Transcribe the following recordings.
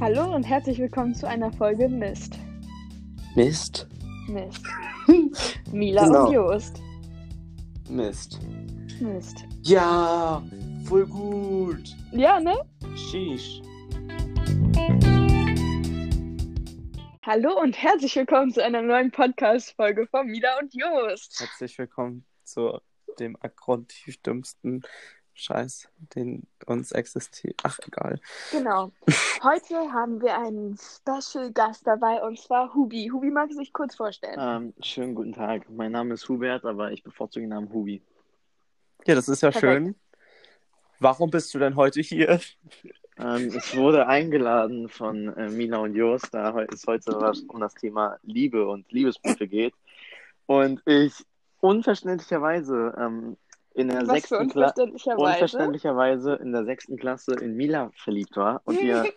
Hallo und herzlich willkommen zu einer Folge Mist. Mist. Mist. Mila Genau. und Jost. Mist. Mist. Ja, voll gut. Ja, ne? Sheesh. Hallo und herzlich willkommen zu einer neuen Podcast-Folge von Mila und Jost. Herzlich willkommen zu dem aggressiv dümmsten Scheiß, den uns existiert. Ach, egal. Genau. Heute haben wir einen Special-Gast dabei und zwar Hubi. Hubi mag sich kurz vorstellen. Ähm, schönen guten Tag. Mein Name ist Hubert, aber ich bevorzuge den Namen Hubi. Ja, das ist ja Perfekt. schön. Warum bist du denn heute hier? Ähm, ich wurde eingeladen von äh, Mina und Jos, da heu- es heute was um das Thema Liebe und Liebesbriefe geht. Und ich unverständlicherweise ähm, in der Was für sechsten Klasse unverständlicherweise. unverständlicherweise in der sechsten Klasse in Mila verliebt war und ihr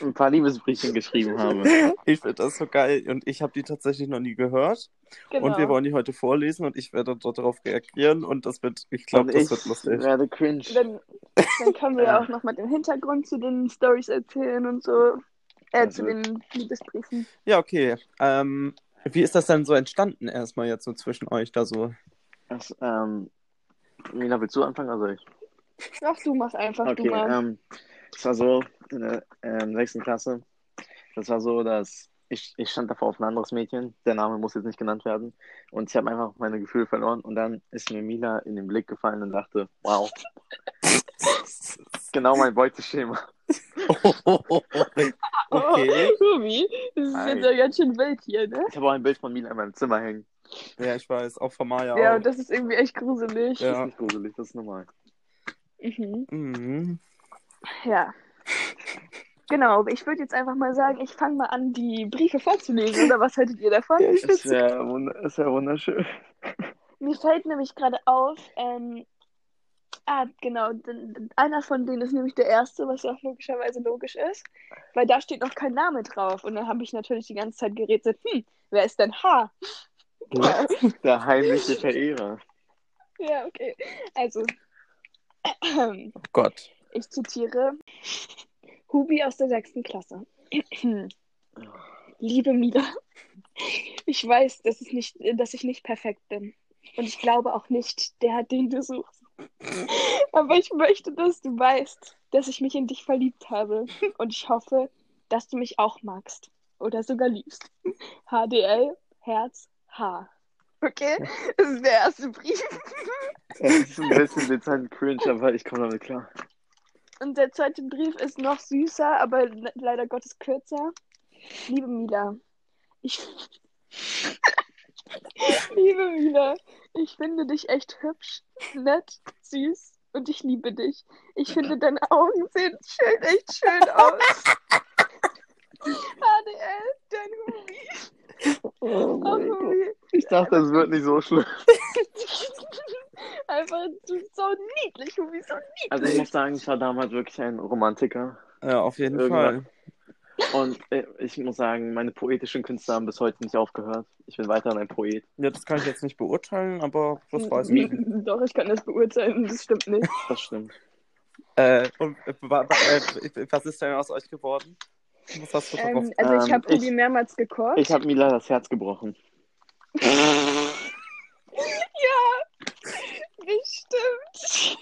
ein paar Liebesbriefchen geschrieben habe. Ich finde das so geil und ich habe die tatsächlich noch nie gehört. Genau. Und wir wollen die heute vorlesen und ich werde dort darauf reagieren und das wird, ich glaube, und das ich wird lustig. werde cringe. dann, dann können wir ja Ja. auch nochmal den Hintergrund zu den Stories erzählen und so. Äh, Das zu den Liebesbriefen. Ja, okay. Ähm, wie ist das denn so entstanden erstmal jetzt so zwischen euch da so? Das, ähm, Mila, willst du anfangen Also, oder soll ich? Ach, du machst einfach, Okay, du mal. ähm, es war so, in der ähm, sechsten Klasse, das war so, dass ich, ich stand davor auf ein anderes Mädchen, der Name muss jetzt nicht genannt werden, und ich habe einfach meine Gefühle verloren und dann ist mir Mila in den Blick gefallen und dachte, wow, genau mein Beuteschema. Okay. Oh, Hubi, das ist Hi. jetzt ja ganz schön wild hier, ne? Ich habe auch ein Bild von Mila in meinem Zimmer hängen. Ja, ich weiß, auch von Maya. Ja, auch. und das ist irgendwie echt gruselig. Das Ja. ist nicht gruselig, das ist normal. Mhm. Mhm. ja. Genau, ich würde jetzt einfach mal sagen, ich fange mal an, die Briefe vorzulesen, oder was haltet ihr davon? Ja, ich Es find's... wäre wund es wär wunderschön. Mir fällt nämlich gerade auf, ähm, ah, genau, denn- denn einer von denen ist nämlich der erste, was ja auch logischerweise logisch ist, weil da steht noch kein Name drauf. Und dann habe ich natürlich die ganze Zeit gerätselt, hm, wer ist denn H? Der heimliche Verehrer. Ja, okay. Also, ähm, Oh Gott. Ich zitiere Hubi aus der sechsten Klasse. Liebe Mila, ich weiß, dass, es nicht, dass ich nicht perfekt bin. Und ich glaube auch nicht, der, den du suchst. Aber ich möchte, dass du weißt, dass ich mich in dich verliebt habe. Und ich hoffe, dass du mich auch magst. Oder sogar liebst. HDL, Herz, H. Okay? Das ist der erste Brief. Es ist ein bisschen dezent cringe, aber ich komme damit klar. Und der zweite Brief ist noch süßer, aber le- leider Gottes kürzer. Liebe Mila, ich. Liebe Mila, ich finde dich echt hübsch, nett, süß und ich liebe dich. Ich finde, deine Augen sehen schön, echt schön aus. HDL, dein Hubi. Oh Oh, mein Gott. Hubi. Ich dachte, es wird nicht so schlimm. Einfach du bist so niedlich, Hubi, so niedlich. Also ich muss sagen, ich war damals wirklich ein Romantiker. Ja, auf jeden Irgendwann- Fall. Und äh, ich muss sagen, meine poetischen Künste haben bis heute nicht aufgehört. Ich bin weiterhin ein Poet. Ja, das kann ich jetzt nicht beurteilen, aber das weiß ich. Mhm. nicht. Doch, ich kann das beurteilen, das stimmt nicht. Das stimmt. Äh, und, äh, wa- wa- äh, was ist denn aus euch geworden? Was hast du darauf? Ähm, also ich Ähm, habe Hubi ich- mehrmals gekocht. Ich habe Mila das Herz gebrochen. Bestimmt.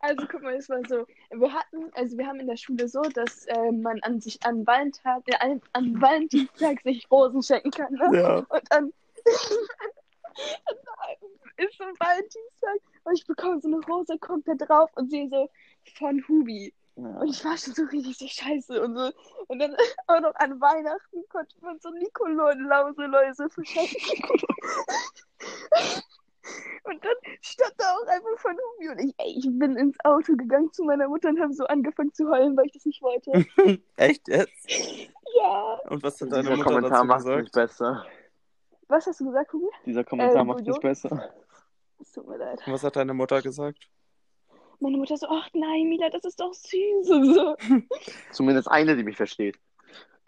Also guck mal, es war so, wir hatten, also wir haben in der Schule so, dass äh, man an sich an Valentin, äh, an- an Valentinstag sich Rosen schenken kann, ne? Ja. Und dann ist so Valentinstag und ich bekomme so eine Rose, guck da drauf und sehe so von Hubi. Ja. Und ich war schon so richtig so scheiße und so. Und dann auch noch an Weihnachten konnte man so Nikolaus-Läuse verschenken. und dann stand da auch einfach von Hubi und ich, ey, ich bin ins Auto gegangen zu meiner Mutter und habe so angefangen zu heulen, weil ich das nicht wollte. Echt jetzt? ja. Und was hat deine Dieser Mutter Kommentar dazu macht es nicht gesagt? besser. Was hast du gesagt, Hubi? Dieser Kommentar Ähm, macht es Jojo? nicht besser. Es tut mir leid. Was hat deine Mutter gesagt? Meine Mutter so, ach nein, Mila, das ist doch süß. Und so. Zumindest eine, die mich versteht.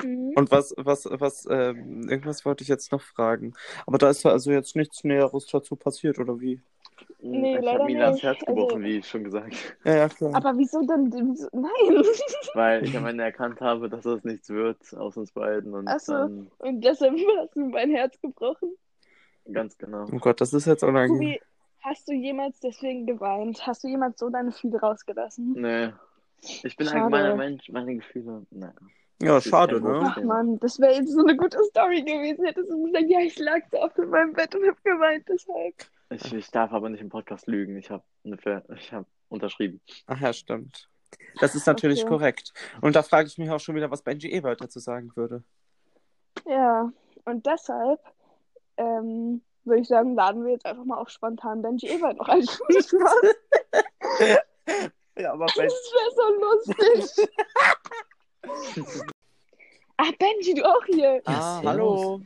Mhm. Und was, was, was, ähm, irgendwas wollte ich jetzt noch fragen. Aber da ist also jetzt nichts Näheres dazu passiert, oder wie? Nee, ich leider habe Mila ans nicht. Herz gebrochen, Also- wie schon gesagt. Ja, ja, klar. Aber wieso denn? Wieso? Nein. Weil ich am Ende erkannt habe, dass das nichts wird aus uns beiden. Und Ach so. dann Und deshalb hast du mein Herz gebrochen. ganz genau. oh Gott, das ist jetzt unangenehm. Ruby, hast du jemals deswegen geweint? Hast du jemals so deine Gefühle rausgelassen? Nee. Ich bin Schade. allgemeiner Mensch, meine Gefühle. Naja. Ja, ist schade, kein ne? Problem. Ach man, das wäre jetzt so eine gute Story gewesen. Hättest du gesagt, ja, ich lag so oft in meinem Bett und hab geweint deshalb. Ich, ich darf aber nicht im Podcast lügen. Ich habe ich hab unterschrieben. Ach ja, stimmt. Das ist natürlich Okay. korrekt. Und da frage ich mich auch schon wieder, was Benji Ebert dazu sagen würde. Ja, und deshalb ähm, würde ich sagen, laden wir jetzt einfach mal auch spontan Benji Ebert noch ein. Das wäre Ja, aber Benji. so lustig. Ach, Benji, du auch hier. Ah, Ja, hallo.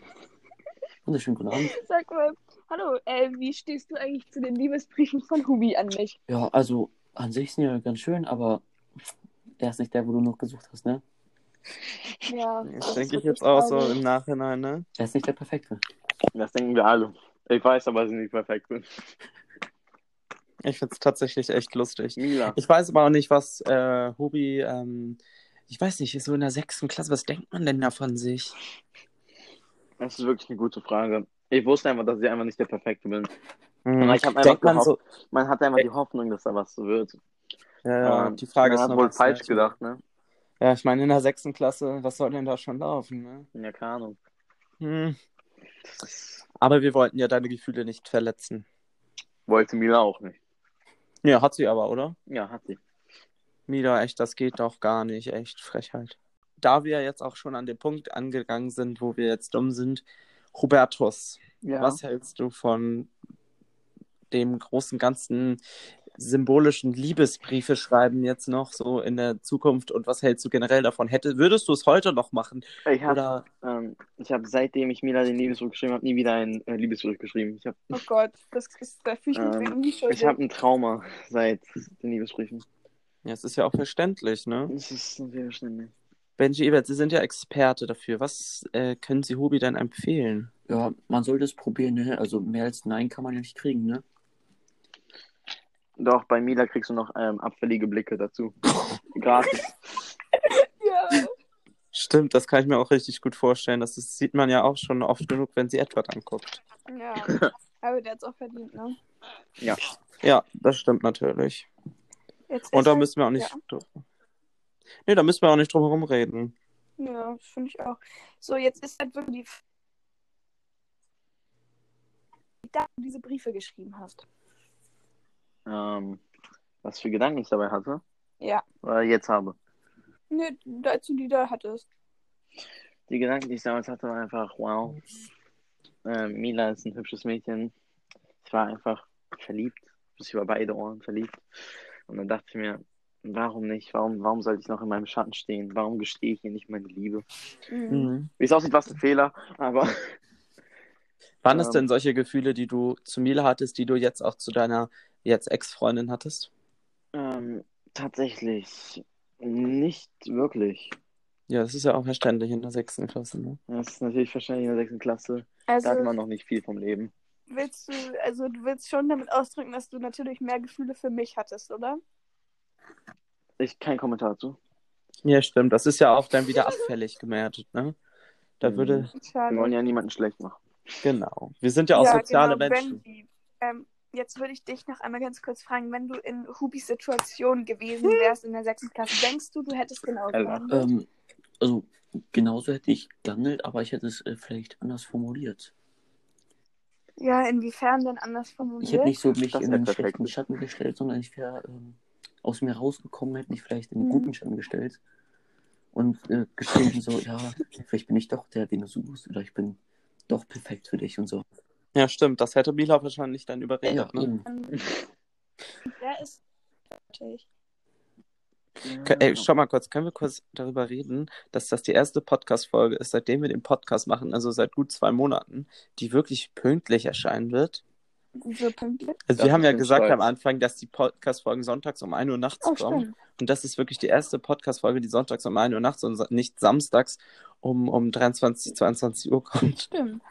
Wunderschönen guten Abend. Sag mal, hallo, äh, wie stehst du eigentlich zu den Liebesbriefen von Hubi an mich? Ja, also an sich sind die ganz schön, aber er ist nicht der, wo du noch gesucht hast, ne? Ja, Das denke ich jetzt auch so im Nachhinein, ne? Er ist nicht der Perfekte. Das denken wir alle. Ich weiß aber, dass sie nicht perfekt sind. Ich finde es tatsächlich echt lustig. Mila. Ich weiß aber auch nicht, was äh, Hubi, ähm, ich weiß nicht, ist so in der sechsten Klasse, was denkt man denn da von sich? Das ist wirklich eine gute Frage. Ich wusste einfach, dass ich einfach nicht der Perfekte bin. Hm. Aber ich hab einfach denkt man gehofft- so, Man hatte einfach die Hoffnung, dass da was wird. ja, ja, Ähm, die Frage man ist hat nur, wohl was falsch halt- gedacht, ne? Ja, ich meine, in der sechsten Klasse, was soll denn da schon laufen, ne? Ja, keine Ahnung. Hm. Aber wir wollten ja deine Gefühle nicht verletzen. Wollte Mila auch nicht. Ja, hat sie aber, oder? Ja, hat sie. Mila, echt, das geht doch gar nicht, echt Frechheit. Da wir jetzt auch schon an den Punkt angegangen sind, wo wir jetzt dumm sind, Hubertus, Ja. was hältst du von dem großen ganzen symbolischen Liebesbriefe schreiben jetzt noch so in der Zukunft und was hältst du generell davon? Hätte, würdest du es heute noch machen? Ich habe Oder ähm, ich hab, seitdem ich Mila den Liebesbrief geschrieben habe, nie wieder einen äh, Liebesbrief geschrieben. Ich habe Oh Gott, das ist, da fühle ich mich Ähm, irgendwie schuldig. ich hab ein Trauma seit den Liebesbriefen. ja, es ist ja auch verständlich, ne? Das ist sehr schnell. ne? Benji Ebert, Sie sind ja Experte dafür. Was äh, können Sie Hubi denn empfehlen? Ja, man sollte es probieren, ne? Also mehr als Nein kann man ja nicht kriegen, ne? Doch, bei Mila kriegst du noch ähm, abfällige Blicke dazu. Gratis. Ja. Stimmt, das kann ich mir auch richtig gut vorstellen. Das, ist, sieht man ja auch schon oft genug, wenn sie Edward anguckt. ja, aber der hat's auch verdient, ne? Ja. Ja, das stimmt natürlich. Jetzt Und ist da er- müssen wir auch nicht. Nee, da müssen wir auch nicht drum herum reden. Ja, finde ich auch. So, jetzt ist halt wirklich die. F- Da du diese Briefe geschrieben hast. Ähm, was für Gedanken ich dabei hatte. Ja. Oder jetzt habe. Ne, als du die da hattest. Die Gedanken, die ich damals hatte, waren einfach, wow, ähm, Mila ist ein hübsches Mädchen. Ich war einfach verliebt, bis über beide Ohren verliebt. Und dann dachte ich mir, warum nicht? Warum, warum sollte ich noch in meinem Schatten stehen? Warum gestehe ich ihr nicht meine Liebe? Mhm. Hm, Wie es aussieht, war es ein Fehler, aber Waren das Ähm. denn solche Gefühle, die du zu Mila hattest, die du jetzt auch zu deiner jetzt Ex-Freundin hattest? ähm, tatsächlich nicht wirklich. Ja, das ist ja auch verständlich in der sechsten Klasse. Ne? Das ist natürlich wahrscheinlich in der sechsten Klasse. Da Also, hat man noch nicht viel vom Leben. willst du, also du willst schon damit ausdrücken, dass du natürlich mehr Gefühle für mich hattest, oder? Ich kein Kommentar zu. Ja, stimmt. Das ist ja auch dann wieder abfällig gemerkt. Ne? Da Mhm. würde. Wir Schade. wollen ja niemanden schlecht machen. Genau. Wir sind ja auch soziale genau, Menschen. Benji. Ähm, jetzt würde ich dich noch einmal ganz kurz fragen, wenn du in Hubis Situation gewesen wärst in der sechsten Klasse, denkst du, du hättest genau Alter. Ähm, also genauso hätte ich gehandelt, aber ich hätte es äh, vielleicht anders formuliert. Ja, inwiefern denn anders Ich hätte formuliert? nicht so mich Das in wäre einen perfekt. schlechten Schatten gestellt, sondern ich wäre ähm, aus mir rausgekommen, hätte mich vielleicht in einen Mhm. guten Schatten gestellt und äh, geschrieben so, ja, vielleicht bin ich doch der, den du suchst oder ich bin doch perfekt für dich und so. Ja, stimmt. Das hätte Mila wahrscheinlich dann überredet. ne? eben. Der ist fertig. K- Ey, schau mal kurz, können wir kurz darüber reden, dass das die erste Podcast-Folge ist, seitdem wir den Podcast machen, also seit gut zwei Monaten, die wirklich pünktlich erscheinen wird? So pünktlich. Also, Das wir haben ist ja ein gesagt Stolz. am Anfang, dass die Podcast-Folgen sonntags um 1 Uhr nachts Oh, kommen. stimmt. Und das ist wirklich die erste Podcast-Folge, die sonntags um 1 Uhr nachts und sa- nicht samstags um, um 23, 22 Uhr kommt. Stimmt.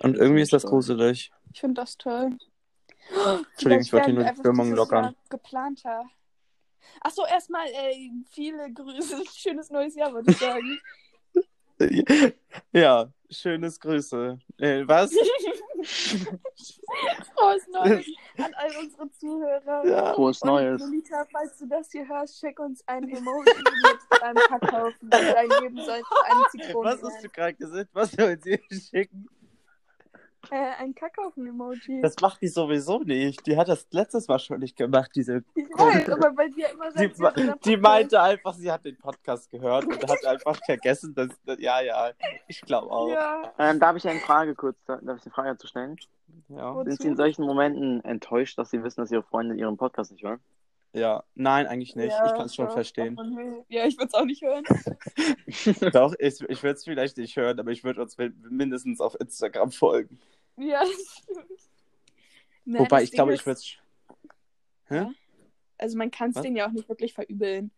Und irgendwie ist das gruselig. Ich finde das toll. Entschuldigung, ich Vielleicht wollte hier nur die werden wir einfach Stimmung dieses lockern. Jahr Geplanter. Achso, erstmal äh, viele Grüße. Schönes neues Jahr, würde ich sagen. Ja, schönes Grüße. Äh, was? Frohes Neues an all unsere Zuhörer. Ja. Frohes Und Neues. Lolita, falls du das hier hörst, schick uns ein Emoji mit deinem Kackhaufen, den du eingeben sollst für eine Zitrone. Was hast du gerade gesagt? Was soll sie schicken? äh, ein Kackhaufen-Emoji. Das macht die sowieso nicht. Die hat das letztes Mal schon nicht gemacht, diese. Ich weiß, aber bei dir immer Die, sagt sie unser die Podcast. meinte einfach, sie hat den Podcast gehört und hat einfach vergessen, dass. Ja, ja, ich glaube auch. Ja. Ja, Ähm, darf ich eine Frage kurz, darf ich eine Frage zu stellen? Ja. wozu? Sind Sie in solchen Momenten enttäuscht, dass Sie wissen, dass Ihre Freunde Ihren Podcast nicht hören? Nein, eigentlich nicht. Ja, ich kann es schon doch, verstehen. doch, man will. Ja, ich würde es auch nicht hören. Doch, ich, ich würde es vielleicht nicht hören, aber ich würde uns min- mindestens auf Instagram folgen. Ja, das stimmt. Nein, Wobei, das ich Ding glaube, ist- ich würde es. Hä? Also man kann es Was? denen ja auch nicht wirklich verübeln.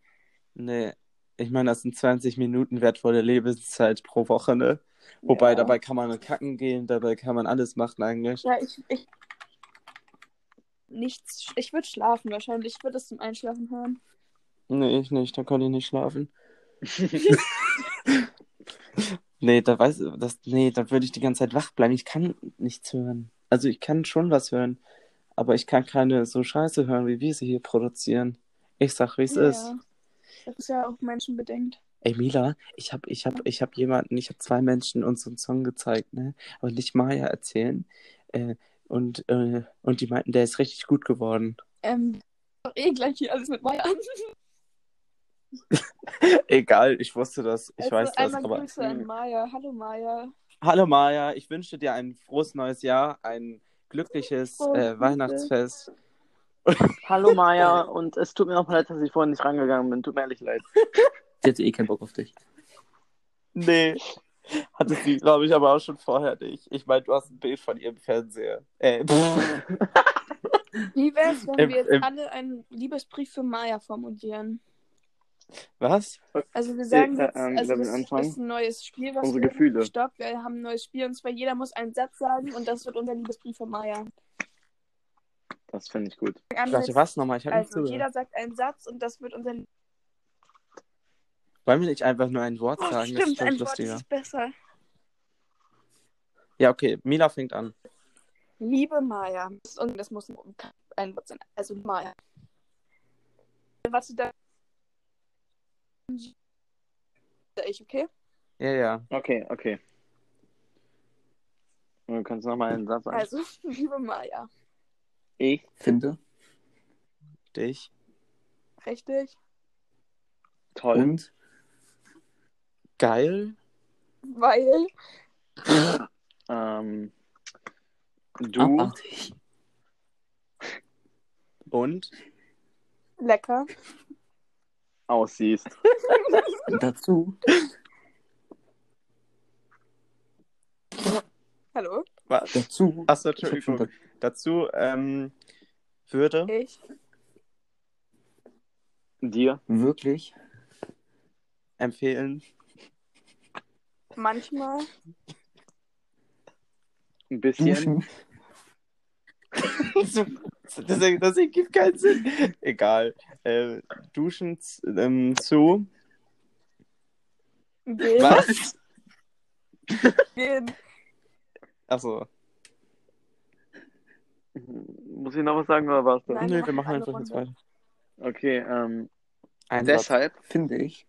Nee, ich meine, das sind 20 Minuten wertvolle Lebenszeit pro Woche, ne? Wobei, ja. dabei kann man kacken gehen, dabei kann man alles machen eigentlich. Ja, ich. ich nichts. sch- Ich würde schlafen wahrscheinlich. Ich würde es zum Einschlafen hören. Nee, ich nicht, da konnte ich nicht schlafen. Nee, da weiß das, nee, da würde ich die ganze Zeit wach bleiben. Ich kann nichts hören. Also ich kann schon was hören, aber ich kann keine so Scheiße hören, wie wir sie hier produzieren. Ich sag, wie es Ja, ist. ja. Das ist ja auch menschenbedingt. Ey, Mila, ich hab, ich hab, ich hab jemanden, ich hab zwei Menschen uns so einen Song gezeigt, ne? Aber nicht Maya erzählen. Äh, und, äh, und die meinten, der ist richtig gut geworden. Ähm, doch eh gleich hier alles mit Maya an. Egal, ich wusste das, ich Also weiß das, einmal aber. hm. Grüße an Maya. Hallo Maya. Hallo Maya, ich wünsche dir ein frohes neues Jahr, ein glückliches Frohe äh, Grüße. Weihnachtsfest. Hallo Maya, und es tut mir nochmal leid, dass ich vorhin nicht rangegangen bin. Tut mir ehrlich leid. Sie hatte eh keinen Bock auf dich. Nee, hatte sie, glaube ich, aber auch schon vorher nicht. Ich meine, du hast ein Bild von ihrem Fernseher. Äh, pff. Wie wär's, wenn Ähm, wir jetzt ähm. alle einen Liebesbrief für Maya formulieren? was? Also Äh, wir sagen Ja, jetzt, ähm, also sollen wir das anfangen? ist ein neues Spiel, was Unsere wir Gefühle. Stopp, wir haben ein neues Spiel und zwar jeder muss einen Satz sagen und das wird unser Liebesbrief für Maya. Das finde ich gut. Ich dachte, was nochmal? Ich hab nicht Also zugehört. jeder sagt einen Satz und das wird unser Wollen wir nicht einfach nur ein Wort sagen? Oh, das ist Stimmt, glaub ich, ein Wort lustiger. ist besser. Ja, okay, Mila fängt an. Liebe Maya. Und das muss ein Wort sein. Also Maya. Warte, da. Ich, okay? Ja, ja. Okay, okay. Du kannst nochmal einen Satz sagen. Also, liebe Maya. ich Finde Dich. Richtig? toll. und Geil. Weil. Ähm, du abartig. Und Lecker. aussiehst. Und dazu Hallo? was? Dazu. Achso, Ich hab schon Entschuldigung. Dazu, ähm, würde. Ich. Dir. da- wirklich empfehlen. Manchmal. Ein bisschen. duschen. das, das ergibt keinen Sinn. Egal. Äh, duschen z- ähm, zu. Gehen. Was? Gehen. Achso. Muss ich noch was sagen oder war's das? Nein, Nö, wir wir machen machen einfach eine jetzt weiter. Okay, ähm, Ein Satz. deshalb Finde ich.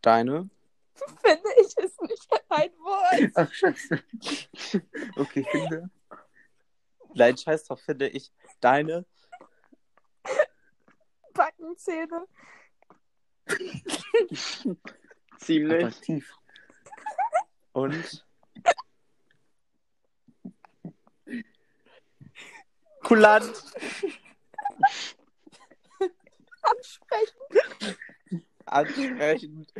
Deine. Finde ich ist nicht ein Wort. Ach, scheiße. Okay, finde. Nein, scheiß drauf, finde ich. Deine. Backenzähne. ziemlich Attraktiv. Und. Kulant. Ansprechen. ansprechend.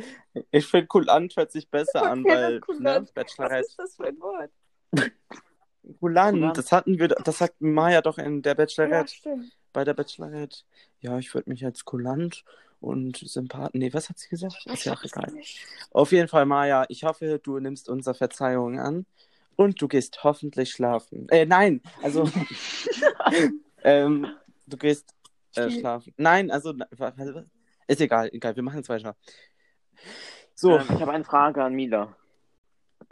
Ich finde kulant hört sich besser an, Okay, weil dann kulant. ne, Was Bachelorette. ist das für ein Wort? Kulant, Kulant. das hatten wir, das sagt Maya doch in der Ja, Bachelorette, stimmt. bei der Bachelorette. Ja, ich würde mich als kulant und sympath. Nee, was hat sie gesagt? Ist ja auch egal. Auf jeden Fall, Maya, ich hoffe, du nimmst unsere Verzeihung an. Und du gehst hoffentlich schlafen. Äh, nein, also. ähm, du gehst äh, Spiel. schlafen. Nein, also. na- wa- wa- Ist egal, egal, wir machen es weiter. So, Ähm, ich habe eine Frage an Mila.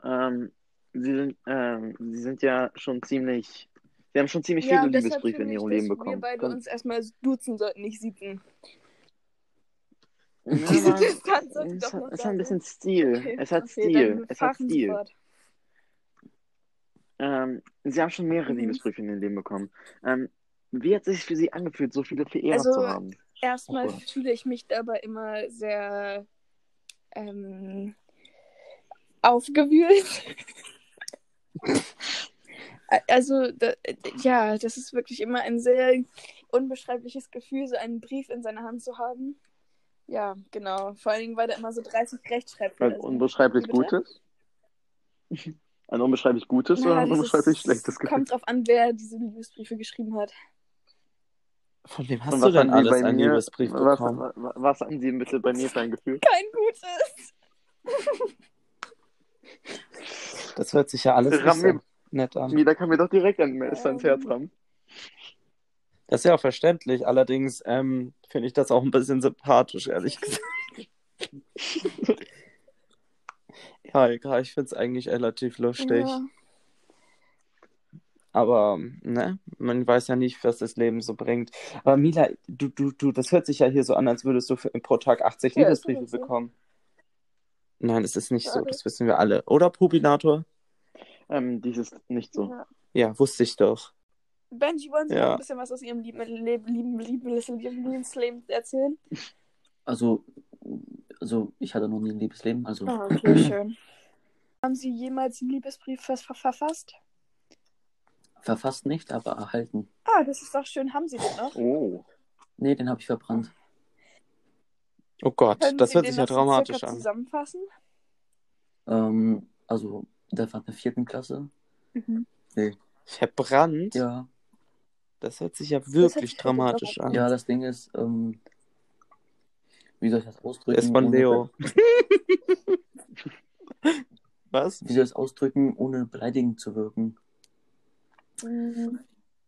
Ähm, Sie sind, ähm, Sie sind ja schon ziemlich, Sie haben schon ziemlich Ja, viele und deshalb Liebesbriefe in finde ich, Ihrem Leben dass bekommen. Wir beide uns erstmal duzen sollten, nicht sieben. Ja, Diese aber Distanz sollte es doch hat, noch es da hat ein bisschen sein. Stil. Okay, Es hat okay, Stil. dann Es hat fahren Sie Stil. fort. Ähm, Sie haben schon mehrere Mhm. Liebesbriefe in Ihrem Leben bekommen. Ähm, wie hat es sich für Sie angefühlt, so viele Verehrer Also, zu haben? Erstmal Oh Gott. fühle ich mich dabei immer sehr ähm, aufgewühlt. also, da, ja, das ist wirklich immer ein sehr unbeschreibliches Gefühl, so einen Brief in seiner Hand zu haben. Ja, genau. Vor allen Dingen, weil da immer so 30 Ein Rechtschreibfehler sind. unbeschreiblich Wie bitte? Gutes? Ein unbeschreiblich Gutes oder Na, ein das unbeschreiblich ist- schlechtes Gefühl? Kommt drauf an, wer diese Liebesbriefe geschrieben hat. von wem Und hast du denn haben Sie alles bei einen mir- Liebesbrief was, bekommen? was, was haben Sie bitte bei mir für ein Gefühl? Kein gutes. Das hört sich ja alles nicht Ramil- so nett an. Mila kann mir doch direkt ein Messer ins Herz Ähm. rammen. Das ist ja auch verständlich. Allerdings ähm, finde ich das auch ein bisschen sympathisch, ehrlich gesagt. ja, egal, ich finde es eigentlich relativ lustig. Ja. Aber, ne, man weiß ja nicht, was das Leben so bringt. Aber Mila, du, du, du, das hört sich ja hier so an, als würdest du für, pro Tag 80 Ja, ist Liebesbriefe doch so. bekommen. Nein, das ist nicht so, Schade. das wissen wir alle. Oder, Pubinator? Ähm, dies ist nicht so. Ja. Ja, wusste ich doch. Benji, wollen Sie Ja. noch ein bisschen was aus Ihrem lieben, lieben, lieben, lieben, lieben Lieblingsleben erzählen? Also, also ich hatte noch nie ein Liebesleben. Also, Ah, okay, schön. Haben Sie jemals einen Liebesbrief vers- ver verfasst? verfasst nicht, aber erhalten. Ah, das ist doch schön. Haben Sie den noch? Oh. Nee, den habe ich verbrannt. Oh Gott, Können das Sie hört den sich ja noch so dramatisch circa an. zusammenfassen? Ähm, also, der war in der vierten Klasse. Mhm. Verbrannt? Ja. Das hört sich ja hört wirklich sich dramatisch wirklich an. Ja, das Ding ist, ähm, wie soll ich das ausdrücken? Der ist von ohne Leo. be- Was? Wie soll ich das ausdrücken, ohne beleidigend zu wirken? Mhm.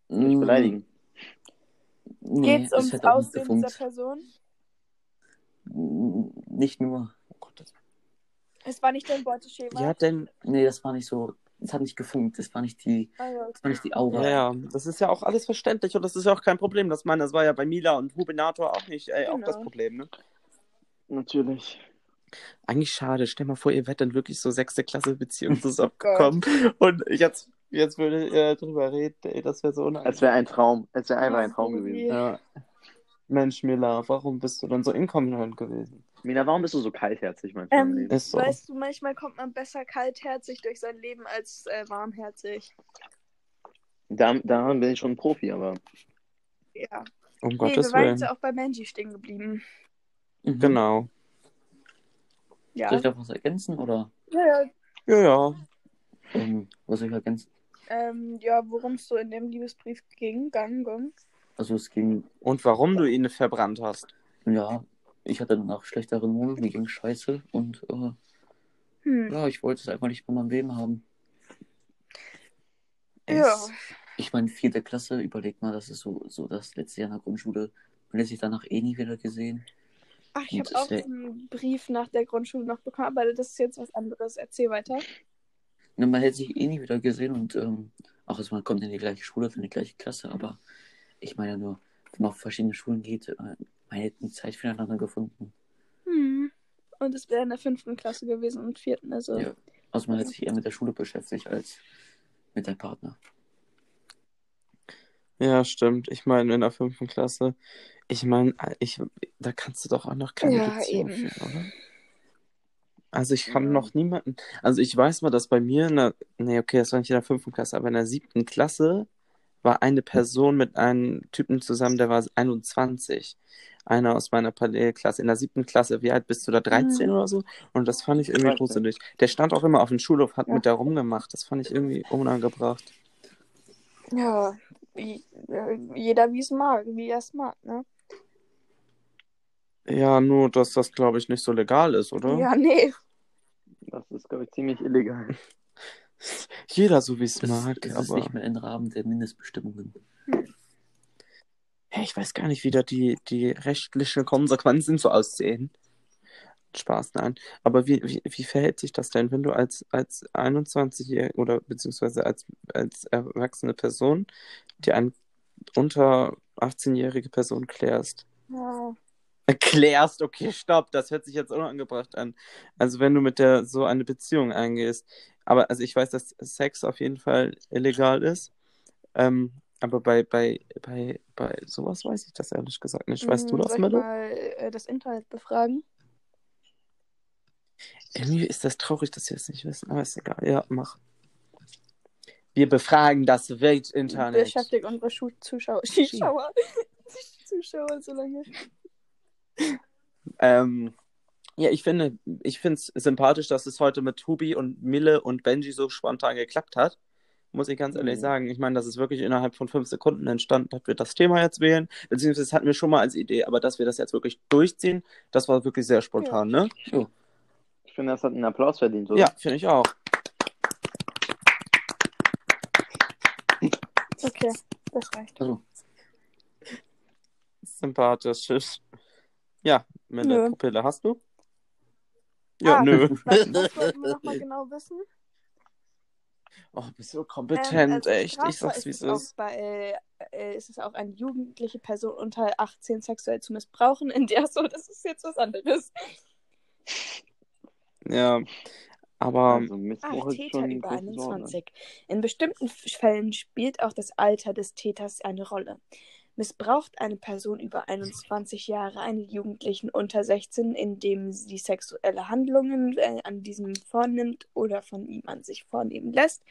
Mm, Beleidigen. Nee, Geht es das ums hätte auch nicht Aussehen dieser gefunkt. Person? Mm, Nicht nur. Oh Gott, das... Es war nicht dein Beuteschema. Ja, denn, Nee, das war nicht so. Es hat nicht gefunkt. Das war nicht die, Ah, ja, okay. das war nicht die Aura. ja, ja, das ist ja auch alles verständlich und das ist ja auch kein Problem. Das meine, das war ja bei Mila und Rubinator auch nicht, äh, auch Genau. das Problem, ne? Natürlich. Eigentlich schade. Stell mal vor, ihr wärt dann wirklich so sechste Klasse Beziehung zusammengekommen Oh und jetzt, jetzt würde ihr drüber reden, ey, das wäre so Es unangenehm. wäre ein Traum. Es wäre einfach ein Traum Ach, gewesen. wie- Ja. Mensch, Mila, warum bist du dann so inkompetient gewesen? Mina, warum bist du so kaltherzig manchmal im Ähm, Leben? Ist so. Weißt du, manchmal kommt man besser kaltherzig durch sein Leben als äh, warmherzig. Da, da bin ich schon ein Profi, aber Ja. Um Nee, Gottes wir waren Willen. jetzt auch bei Benji stehen geblieben. Mhm. Genau. Ja. Soll ich da was ergänzen oder Ja, ja. Ja, ja. ähm, was soll ich ergänzen? Ähm, ja, worum es so in dem Liebesbrief ging, gang, gang. Also es ging, Und warum du ihn verbrannt hast? ja, ich hatte danach schlechte Erinnerungen, mir ging scheiße und äh, Hm. ja, ich wollte es einfach nicht mehr in meinem Leben haben. Ja. Ich meine, vierte Klasse, überleg mal, das ist so, so das letzte Jahr in der Grundschule. Man hat sich danach eh nie wieder gesehen. Ach, ich habe Und es auch wär- einen Brief nach der Grundschule noch bekommen, aber das ist jetzt was anderes. Erzähl weiter. Ne, man hätte sich eh nie wieder gesehen und ähm, auch also man kommt in die gleiche Schule, in die gleiche Klasse, aber ich meine nur, wenn man auf verschiedene Schulen geht, äh, man hätte nie Zeit füreinander gefunden. Hm. Und es wäre in der fünften Klasse gewesen und vierten, also. Ja. Also man hätte sich eher mit der Schule beschäftigt als mit deinem Partner. Ja, stimmt. Ich meine, in der fünften Klasse, ich meine, ich, da kannst du doch auch noch keine Ja, Beziehung eben. führen, oder? Also ich kann Ja. noch niemanden, also ich weiß mal, dass bei mir in der, nee, okay, das war nicht in der fünften Klasse, aber in der siebten Klasse war eine Person mit einem Typen zusammen, der war 21. Einer aus meiner Parallelklasse. In der siebten Klasse, wie alt bist du da? 13 Mhm. oder so? Und das fand ich irgendwie 13. gruselig. Der stand auch immer auf dem Schulhof, hat mit da rumgemacht. Das fand ich irgendwie unangebracht. Ja. Wie, äh, jeder wie es mag, wie er es mag, ne? Ja, nur, dass das, glaube ich, nicht so legal ist, oder? Ja, nee. das ist, glaube ich, ziemlich illegal. Jeder so wie es Das, mag, das ist aber. nicht mehr im Rahmen der Mindestbestimmungen. Hey, ich weiß gar nicht, wie da die, die rechtlichen Konsequenzen so aussehen. Spaß, nein. Aber wie, wie, wie verhält sich das denn, wenn du als, als 21-Jährige oder beziehungsweise als, als erwachsene Person dir eine unter 18-jährige Person klärst? Ja. Klärst, okay, stopp, das hört sich jetzt unangebracht an. Also wenn du mit der so eine Beziehung eingehst. Aber also ich weiß, dass Sex auf jeden Fall illegal ist. Ähm, aber bei, bei, bei, bei sowas weiß ich das ehrlich gesagt nicht. Weißt du Hm, das, soll ich Melle? mal äh, das Internet befragen? Irgendwie ist das traurig, dass wir es nicht wissen, aber ist egal. Ja, mach. Wir befragen das Weltinternet. Beschäftigt unsere Schu Zuschauer. Zuschauer. Zuschauer so lange. Ähm, ja, ich finde, ich finde es sympathisch, dass es heute mit Tobi und Mille und Benji so spontan geklappt hat. Muss ich ganz ehrlich Mhm. sagen. Ich meine, das ist wirklich innerhalb von fünf Sekunden entstanden, dass wir das Thema jetzt wählen. Beziehungsweise das hatten wir schon mal als Idee, aber dass wir das jetzt wirklich durchziehen, das war wirklich sehr spontan, ne? Ich finde, das hat einen Applaus verdient, oder? Ja, finde ich auch. Okay, das reicht. Also, Sympathisch. Ja, Mille, Nö. Pupille, hast du? Ja, Ah. nö. Was, was wollten wir nochmal genau wissen? Oh, bist so Ähm, kompetent, also echt. Ich strafbar sag's, wie es ist. es ist. Auch bei, äh, ist es auch eine jugendliche Person unter 18 sexuell zu missbrauchen, in der so, das ist jetzt was anderes. Ja. Aber Ähm, Also, Missbrauch Ach, ist Ah, Täter schon ein über großes Wort, ne? 21. In bestimmten F- Fällen spielt auch das Alter des Täters eine Rolle. Missbraucht eine Person über 21 Jahre einen Jugendlichen unter 16, indem sie sexuelle Handlungen äh, an diesem vornimmt oder von ihm an sich vornehmen lässt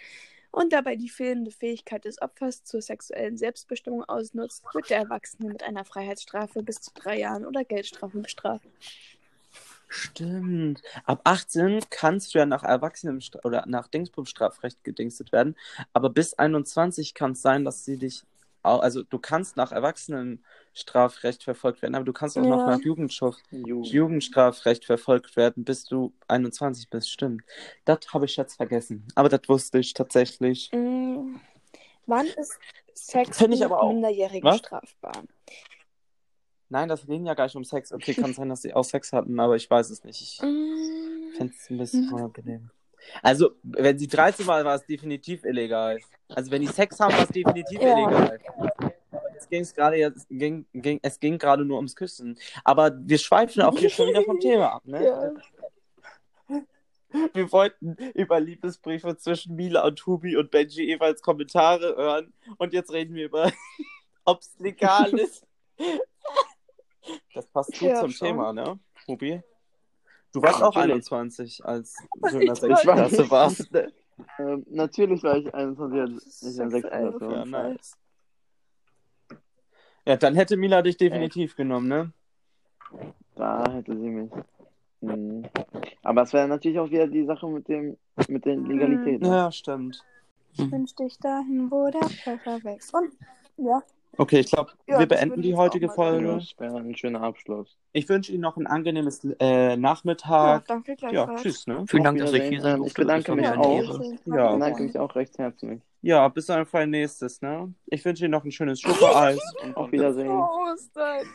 und dabei die fehlende Fähigkeit des Opfers zur sexuellen Selbstbestimmung ausnutzt, wird der Erwachsene mit einer Freiheitsstrafe bis zu drei Jahren oder Geldstrafen bestraft. stimmt. Ab 18 kannst du ja nach Erwachsenen oder nach Dingsbums-Strafrecht gedingstet werden. Aber bis 21 kann es sein, dass sie dich. au- Also, du kannst nach Erwachsenenstrafrecht verfolgt werden, aber du kannst auch noch Ja. nach Jugendschuf- Jugend. Jugendstrafrecht verfolgt werden, bis du 21 bist. Stimmt. Das habe ich jetzt vergessen. Aber das wusste ich tatsächlich. Mm, Wann ist Sex Finde ich mit aber auch. Minderjährigen Was? strafbar? Nein, das reden ja gar nicht um Sex. Okay, kann sein, dass sie auch Sex hatten, aber ich weiß es nicht. Ich Mm, Fände es ein Mhm. bisschen unangenehm. Also, wenn sie 13 Mal war, es definitiv illegal. Also, wenn die Sex haben, war es definitiv Ja. illegal. Aber jetzt ging es gerade jetzt ging, ging, es ging gerade nur ums Küssen. Aber wir schweifen auch hier schon wieder vom Thema ab, ne? Ja. Wir wollten über Liebesbriefe zwischen Mila und Hubi und Benji jeweils Kommentare hören. Und jetzt reden wir über, ob es legal ist. Das passt gut Ja, zum schon. Thema, ne? Hubi? Du warst Ja, auch natürlich. 21, als du in der Ich sechsten weiß. Klasse warst. Ähm, natürlich war ich 21, als ich in der sechsten Sexuell Klasse Ja, war. jeden Fall. nice. Ja, dann hätte Mila dich definitiv genommen, ne? Da hätte sie mich. Mhm. Aber es wäre natürlich auch wieder die Sache mit dem mit der Legalität. Ne? Hm. Ja, stimmt. Mhm. Ich wünsch dich dahin, wo der Pfeffer wächst. Und ja, Okay, ich glaube, Ja, wir das beenden würde die ich jetzt heutige auch mal Ja, Folge. das Also, wäre ein schöner Abschluss. Ich wünsche Ihnen noch ein angenehmes äh, ja Nachmittag. danke Ja, gleichfalls. tschüss, ne? vielen Auf Dank, dass ich Wiedersehen. hier sein Ähm, ich durfte. bedanke war mir mich eine auch. Ehre. Ja. Ich bedanke mich auch recht herzlich. Ja, bis auf ein nächstes, ne? Ich wünsche Ihnen noch ein schönes Schokoeis. und Auf dann- Wiedersehen. Frohe Ostern.